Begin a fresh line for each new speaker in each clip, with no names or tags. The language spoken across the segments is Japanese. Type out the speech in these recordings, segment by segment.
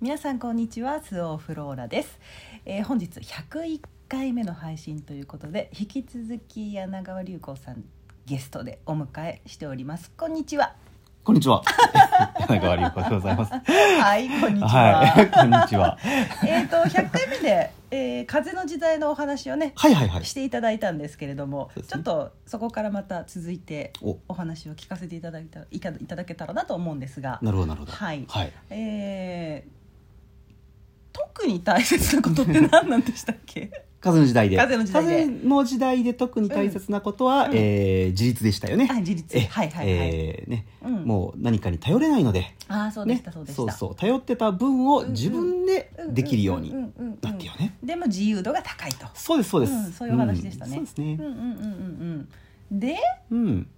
皆さんこんにちはスオフローラです、えー本日101回目の配信ということで引き続き柳川隆子さんゲストでお迎えしておりますこんにちは
こんにちは。柳川隆子でござい ます。
はいこんにちは、
はい、こんにちは。
えっと100回目で、えー風の時代のお話をね
はいはいはい
し。ていただいたんですけれども、
そうです
ちょ
ね
っとそこからまた続いて
お、
お話を聞かせていただいたいたいただけたらなと思うんですが、
なるほどなるほど。
はい
はい。
えー特に大切なことって何なんでしたっけ
風の時代で。
風の時代で
風の時代で特に大切なことは、
うんうん
えー自立でしたよ
あ
ね。
自立
え
はいはいはい、
えーね、
うん
もう何かに頼れないので。
ああそうでした、そうでした
そうそう頼ってた分を自分で
うんうん
できるように
んんん
なってよね。
でも自由度が高いと
そうですそうです、
うんそういうお話でしたね
うんそうです
うんう
ね。
んうんうんうんで
うん。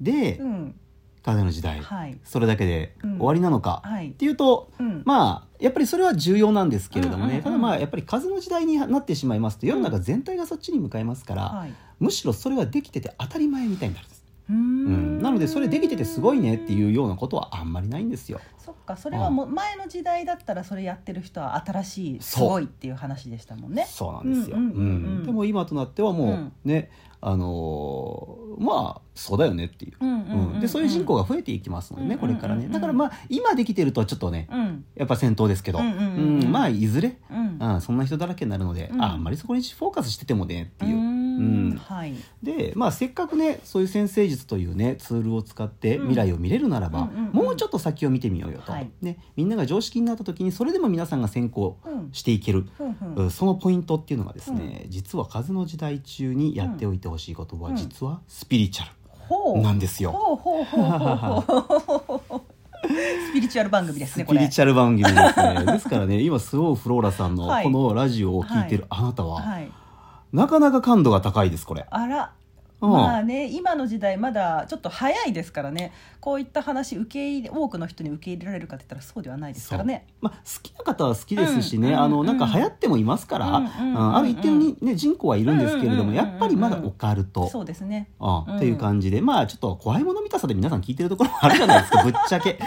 で
う、ん
風の時代、
はい
それだけで
うん
終わりなのか、
はい
っていうと、
うん
まあやっぱりそれは重要なんですけれど
う
もね、
んうんうん
ただまあやっぱり風の時代になってしまいますと世の中全体がそっちに向かいますから、
はい
むしろそれはできてて当たり前みたいになるんです、
うー
うん
ん
なのでそれできててすごいねっていうようなことはあんまりないんですよ
そっかそれはもう前の時代だったらそれやってる人は新しいす
そう
ごいっていう話でしたもんね
そうなんですよ、
うんうんうんうん
うんでも今となってはもう、
うん
ねあのーまあそうだよねっていう、
うんうんんん
うんでそういう人口が増えていきますのでね、
うん
これから
うんうんう
ね
ん
だからまあ今できてるとはちょっとね
うん
やっぱ戦闘ですけど、
うんうんうんうん
うんまあいずれ
うん
うん、そんな人だらけになるので、
うん
ああんまりそこにフォーカスしててもねっていう。
ーん
うん
はい
で、まあ、せっかくねそういう先生術というねツールを使って
うん
未来を見れるならば、
うんうんうん
もうちょっと先を見てみようよと、
はい
ね、みんなが常識になった時にそれでも皆さんが先行
うん
していける、
ふんふん
うんそのポイントっていうのがですね、実は風の時代中にやっておいてほしいことは、
うん
実はスピリチュア
ほ
ル
う
なんですよ。
ほうほうほうほう ほうスピリチュアル番組です
ス
ねこ
ピ
れ
リチュアル番組です ねですからね今スオーフローラさんの
はい
このラジオを聞いてるあなたは、
はい
なかなか感度が高いですこれ。
あら
うん
まあね今の時代まだちょっと早いですからねこういった話受け入れ多くの人に受け入れられるかって言ったらそうではないですからね
まあ、好きな方は好きですしね、
うん
あ
う
の
ん
なんか流行ってもいますから、
うんうん
うんある一定に、ね、人口はいるんですけれども、
うん
やっぱりまだオカルト、
そうですね
あ
うん
っていう感じでまあちょっと怖いもの見たさで皆さん聞いてるところもあるじゃない ですかぶっちゃけ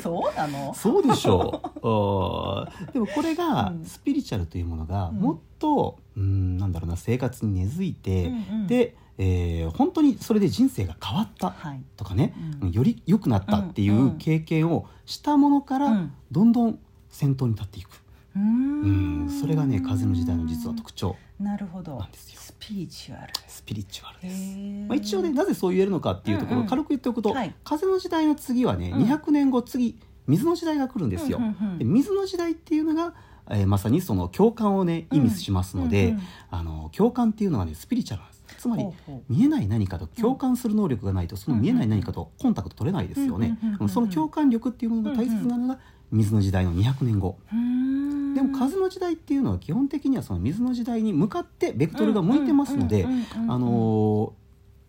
そうなの
そうでしょ うあーでもこれが、
うん
スピリチュアルというものが
うん
もっと、うん、なんだろうな生活に根付いて、
うんうん
で、えー本当にそれで人生が変わった
はい
とかね、
うん
より良くなったってい
んう
うんう経験をしたものから、
うん
どんどん先頭に立っていく。
うー
うん
ん
それがね風の時代の実は特徴
なるほど
なんですよ
スピリチュアル
スピリチュアル
へ
です、
ー
まあ、一応ねなぜそう言えるのかっていうとこ
うんう
ろを
ん
軽く言っておくと、
はい
風の時代の次はね、
うん
200年後次水の時代が来るんですよ、
うんうんうん
で水の時代っていうのが、えーまさにその共感をね意味しますの
う
で、
んうんうん
あの共感っていうのはねスピリチュアルなんですつまり
ほうほう
見えない何かと共感する能力がないとその見えない何かとコンタクト取れないですよね
うんうんうんうんうん
その共感力っていうものが大切なのが水の時代の200年後
うーん
でも風の時代っていうのは基本的にはその水の時代に向かってベクトルが向いてますので
うんうんうんうんうん
あの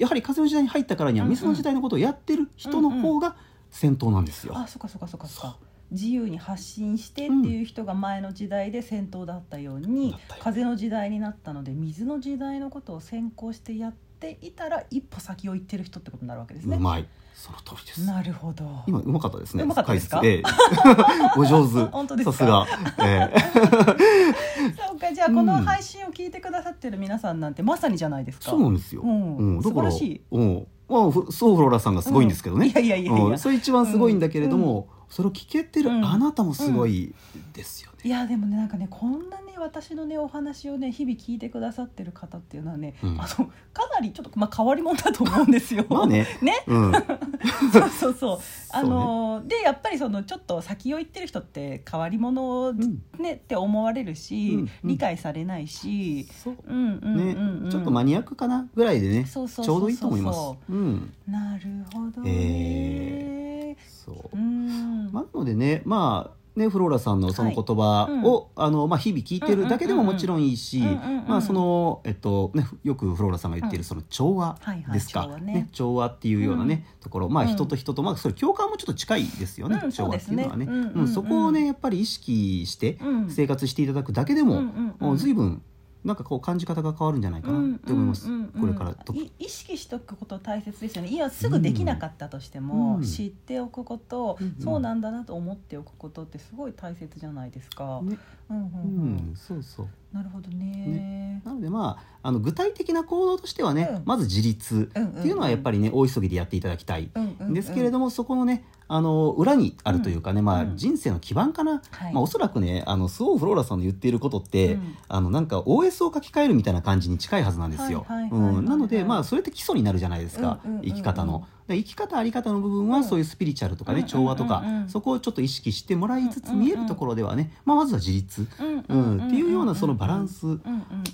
ーやはり風の時代に入ったからには
うんうん
水の時代のことをやってる人の方が先頭なんですよ。
あそっかそっかそっかそっ
そう
か自由に発信してっていう人が前の時代で先頭だったように、
だったよ
風の時代になったので水の時代のことを先行してやっていたら一歩先を行ってる人ってことになるわけですね。
うまいその通りです
なるほど。
今うまかったですね。
うまかったですか
解説ええお上手。
本当ですか
さすが。ええ
そうかじゃあ
うん
この配信を聞いてくださってる皆さんなんてまさにじゃないですか。
そうなんですよ。
うん
だから
素晴らしい
うん。まあふソーフローラさんがすごいんですけど
うん
ね
い。やいやいやいや。
うんそれ一番すごいんだけれども、それを聞けてる
うん
あなたもすごいですよね。
いやでもねなんかねこんなね私のねお話をね日々聞いてくださってる方っていうのはね、
うん
あのかなりちょっとまあ変わり者だと思うんですよ。
まあね
ね
うん。
そうそうそう。
そ
あ
うね
のーでやっぱりそのちょっと先を行ってる人って変わり者をね、って思われるし、
うんうん
理解されないし、
そう
うんうん
ね、
うんうん、
ちょっとマニアックかなぐらいでね、ち
そ
ょ
うそう
う
そうそう
どいいと思います。うん、
なるほどね。
そう
う。ん。
まあなのでね、まあね、フローラさんのその言葉を、あのまあ日々聞いてるだけでももちろんいいし、
うんうんうんうん
まあそのえっとね、よくフローラさんが言って
うん
るその調和
はいはい
ですか、
調和ね
ね調和っていうようなね、ところ、まあ
うん
人と人とまあそれ共感もちょっと近いですよね、
うん
調和っていうのはね。
そうですねうんうんうん
そこをねやっぱり意識して
うん
生活していただくだけでも、
うんうんうん
もう随分なんかこう感じ方が変わるんじゃないかなって思います、
うんうんうんうん
これからと
い意識しておくこと大切ですよね今すぐできなかったとしても、
うん
知っておくこと、
うんうん
そうなんだなと思っておくことってすごい大切じゃないですか、
ね
うんうん
う
うん
ん、そうそう
なるほどね
なのでまああの具体的な行動としてはね、
うん
まず自立
うんうんうん
っていうのはやっぱりね大急ぎでやっていただきたい
うんうんうん
んですけれども、そこのねあの裏にあるというかね、まあ、
うん
人生の基盤かな、
はい
まあ、おそらくねあのスオーフローラさんの言っていることって、
うん
あのなんか OS を書き換えるみたいな感じに近いはずなんですよ。
はいはいはいはいはい
うんなので、まあ、それって基礎になるじゃないですか、
うんうんうんうん
生き方の。で生き方あり方の部分
う
は
ん
そういうスピリチュアルとかね、
うん
調和とか、
うんうんうん
そこをちょっと意識してもらいつ
う
つ、
んうんうん
見えるところではね、まあ、まずは自立、
うん
うんっていうようなそのバランス
うんう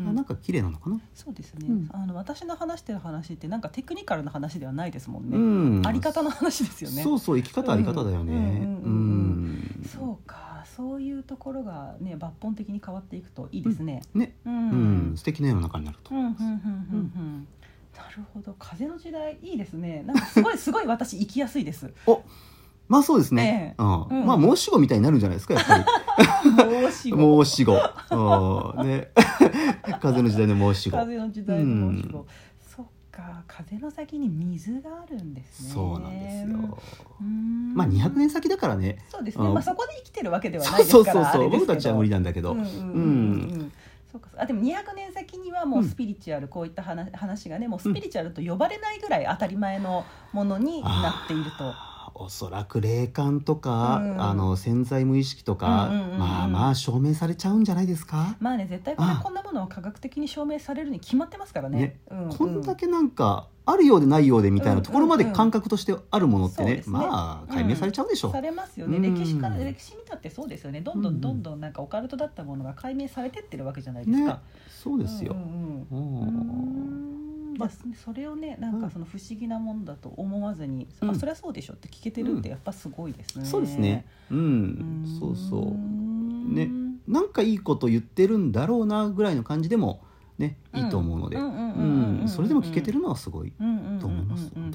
んうん
なんか綺麗なのかな。
そうですね、
うん
あの私の話してる話ってなんかテクニカルな話ではないですもんね、
うん
あり方の話ですよね
そうそう生き方あり方だよね。
うう
うん
ん
ん
うんそうかそういうところがね抜本的に変わっていくといいですね
ね、
うん
う
うんん
素敵な世の中になると。
うんうんうんうんなるほど風の時代いいですねなんかすごいすごい私行きやすい です
おまあそうですね。
ええ
うん
うん
まあ申し子みたいになるんじゃないですかやっぱり。
申し子
申し子。うんね 風の時代の申し子。
風の時代の申し
う
子そっか風の先に水があるんですね
そうなんですよ。
うん
まあ200年先だからね。
そうですね、
うん
まあ、そこで生きてるわけではない
そう
ですか
そうそう
ら
そう僕
あれ
た
ですけど
ちは無理なんだけど。
うんうんうんうんそうかそうあでも200年先にはもうスピリチュアル、こういった話話がねもうスピリチュアルと呼ばれないぐらい当たり前のものになっていると。
あーおそらく霊感とか、
うん
あの潜在無意識とか、
うんうんうんうん
まあまあ証明されちゃうんじゃないですか、
まあね絶対これ
あ
こんなものを科学的に証明されるに決まってますからね。
ね
うう
こんだけなんかあるようでないようでみたいなところまで感覚としてあるものって
うんうん
ね,、
うんそうですね
まあ解明されちゃうでしょ、
されますよね、
うん
歴史から歴史見たってそうですよねどんど
うんうんん
どんどんなんかオカルトだったものが解明されてってるわけじゃないです
ね
か。
そうですよ
う、ん
う
うんうんう
ん
ーん
まあ
まあ、それをねなんかその不思議なもんだと思わずに、
うん
あそりゃそうでしょって聞けてるってやっぱすごいですね。
そうですねうん、
ん
そうそうね
ね
なんかいいこと言ってるんだろうなぐらいの感じでもねいいと思うので
うんうんうんうんうん
うんそれでも聞けてるのはすごいと思います、
うんうんうんうん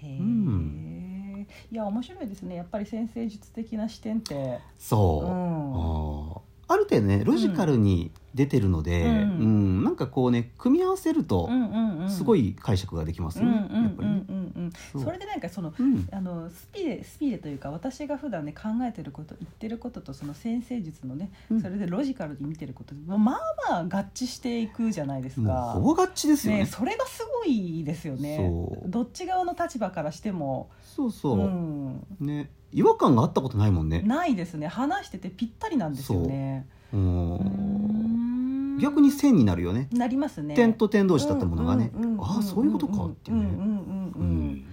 本
へえ、
うん
いや面白いですねやっぱり先生術的な視点って、
当そ
う
う、
ん
あーある程度ねロジカルに出てるので、
う
うんんなんかこうね組み合わせると
うんうんうん、
すごい解釈ができます
うん
よ
うん
ね、
うん
やっぱりね。
うんうん
そう
それでなんかその
うん
あのスピレスピレというか私が普段ね考えてること言ってることとその先生術のね、
うん
それでロジカルに見てることまあまあ合致していくじゃないです
もう
か
ほ。ぼ合致ですよね
ね、それがすごいですよね
そう
どっち側の立場からしても
そうそう、
うん、
ね違和感があったことないもんね
ないですね話しててぴったりなんですよね
うん
うん
逆に線になるよね
なりますね
点と点同士だったものがね、ああそういうことかっていうね、
んうんうんうんうん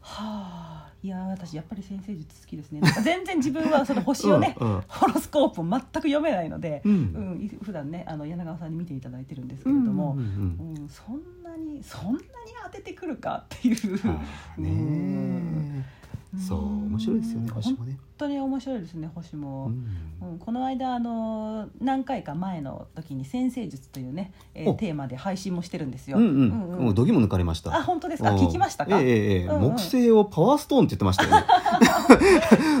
はあいやー私やっぱり先生術好きですねなんか全然自分はその星をね
うん
ホロスコープを全く読めないので
う、ん
う
うん
ん、い普段ねあの柳川さんに見ていただいてるんですけ
う
れど
ん
もう
う、
んんそんなにそんなに当ててくるかっていう
うんあー
う
ね
ん
そう面白いですよね星もね、
本当に面白いですね星
う
も。
ん
うん、この間あの何回か前の時に「先生術」というね、えー
お
テーマで配信もしてるんですよ。
うんう
う
ん、
んうん
もう度肝抜かれました。
あ本当ですか
うん
聞きましたか
ええええええ
うんうん
木星をパワーストーンって言ってましたよね。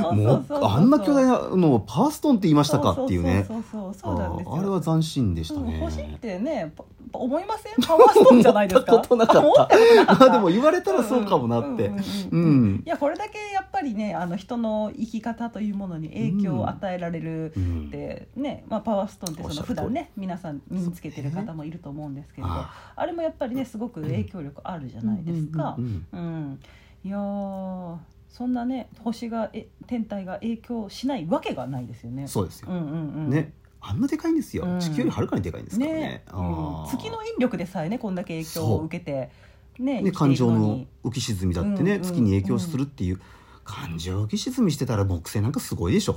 そう
も
そう
う
そうそう
あんな巨大なのをパワーストーンって言いましたかっていうね。
そうそうそうそうそうなんですよ
あーあれは斬新でした
うん、
ね。
欲しいってねパパ思いませんパワーストーンじゃないですか
思 ったことなかった
思ことなかった
あでも言われたらそうかもなって。
うんうん
う
うんうん
ん
い。やこれだけやっぱりねあの人の生き方というものに影響を与えられる
うん
って、ねまあ、パワーストーンってその
おっしゃる
普
通り
段ね皆さん身につけてる方もいると思うんですけれどあ
あ
れもやっぱりねすごく影響力あるじゃないですか。
うんうんうん
うん、いやーそんなね星がえ天体が影響しないわけがないですよね。
そうですよ
う。んうんうん
ね。あんなでかいんですよ
うん。
地球よりはるかにでかいんですからね
ね。
あ
うん
ー
月の引力でさえねこんだけ影響を受けて、ね
ね、
生きて
感
いる
情の
に
浮き沈みだって
うんう
ね
ん
月に影響するっていう感情浮き沈みしてたら木星なんかすごいでしょ。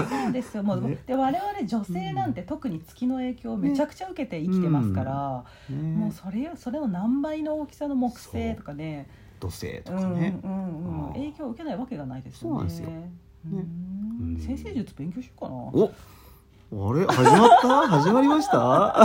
そうですよもう、
ね
で我々女性なんて特に月の影響をめちゃくちゃ受けて生きてますから、
ね
もうそれよそれを何倍の大きさの木星とかね
土星と
う
か
ん
ね。
うんうんうん
あー
影響を受けないわけがないですよね。
そうなんですよ
うん
うん
先生術勉強しようかな。
お あれ始まった始まりました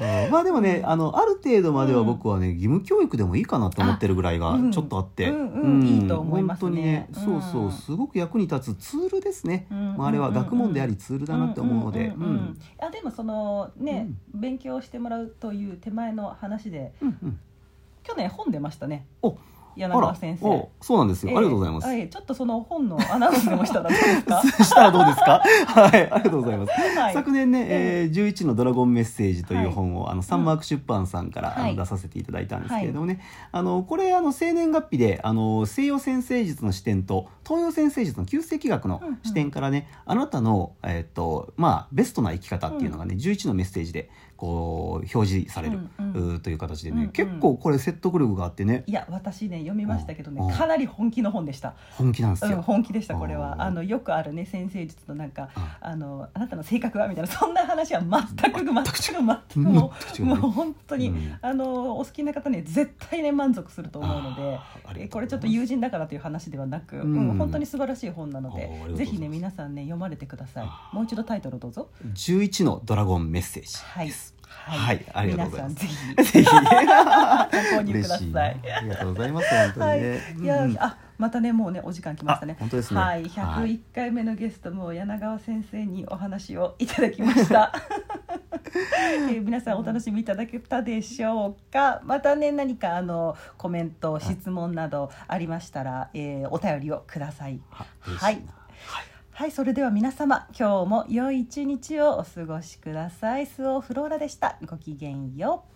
うんまあでもねあのある程度までは僕はね、義務教育でもいいかなと思ってるぐらいが
あうん
ちょっとあって、
うんうんいいと思いますね
本当にねそううんそうすごく役に立つツールですね、
うん
まあ、あれは学問でありツールだなって思うので
んんんんあでもそのね、勉強してもらうという手前の話で
うんうん
去年本出ましたね
お
柳
あ
川
ら
先生
おそうなんですよ、ありがとうございます、
ええええちょっとその本のアナウンスでもしたらどうです か
したらどうですかはいありがとうございます
はい
昨年ね、
え
えー11の「ドラゴンメッセージ」とい
はいう
本を、あのサンマーク出版さんから、
は
あ
い
の出させていただいたんですけれどもね、あのこれあの生年月日であの西洋先生術の視点と東洋先生術の旧世紀学の
うんうん
視点からね、あなたの、えーっとまあ、ベストな生き方っていうのがね、11のメッセージでこう表示される、
うんうん
うーという形で
うん
ね、
うん
結構これ説得力があってね
いや私ね読みましたけど
うん
ねかなり本気の本でした、
本気なんです
うん、
よ。
本気でしたこれは
うん
あのよくあるね先生術のなんか
あ
あのあなたの性格はみたいなそんな話は全く全く全くもう
全く違うね
もう本当に、
うん
あのお好きな方ね絶対ね満足すると思うので
あーあり
え
が
これ
とうございます
ちょっと友人だからという話ではなく、
うん
うん本当に素晴らしい本なの
あーありがとう
でぜ
ございます
ひね皆さんね読まれてくださ
あ
いもう一度タイトルどうぞ
11のドラゴンメッセージ
はい
です。はいありがとうございます
皆さんぜひ
ぜひ
ご購入くだ
嬉
さ
し
い
いな。ありがとうございます。本当
はい、
にね。
いや、
うん
あ、またね、もうね、お時間来ましたね
あ。本当ですね
はい、百一回目のゲストも柳川先生にお話をいただきま した。えー皆さんお楽しみいただけたでしょうか。またね、何かあのコメント、質問などありましたら、えーお便りをください。
あ嬉し
はい
いな。
はい、それでは皆様、今日も良い一日をお過ごしください。スオフローラでした。ごきげんよう。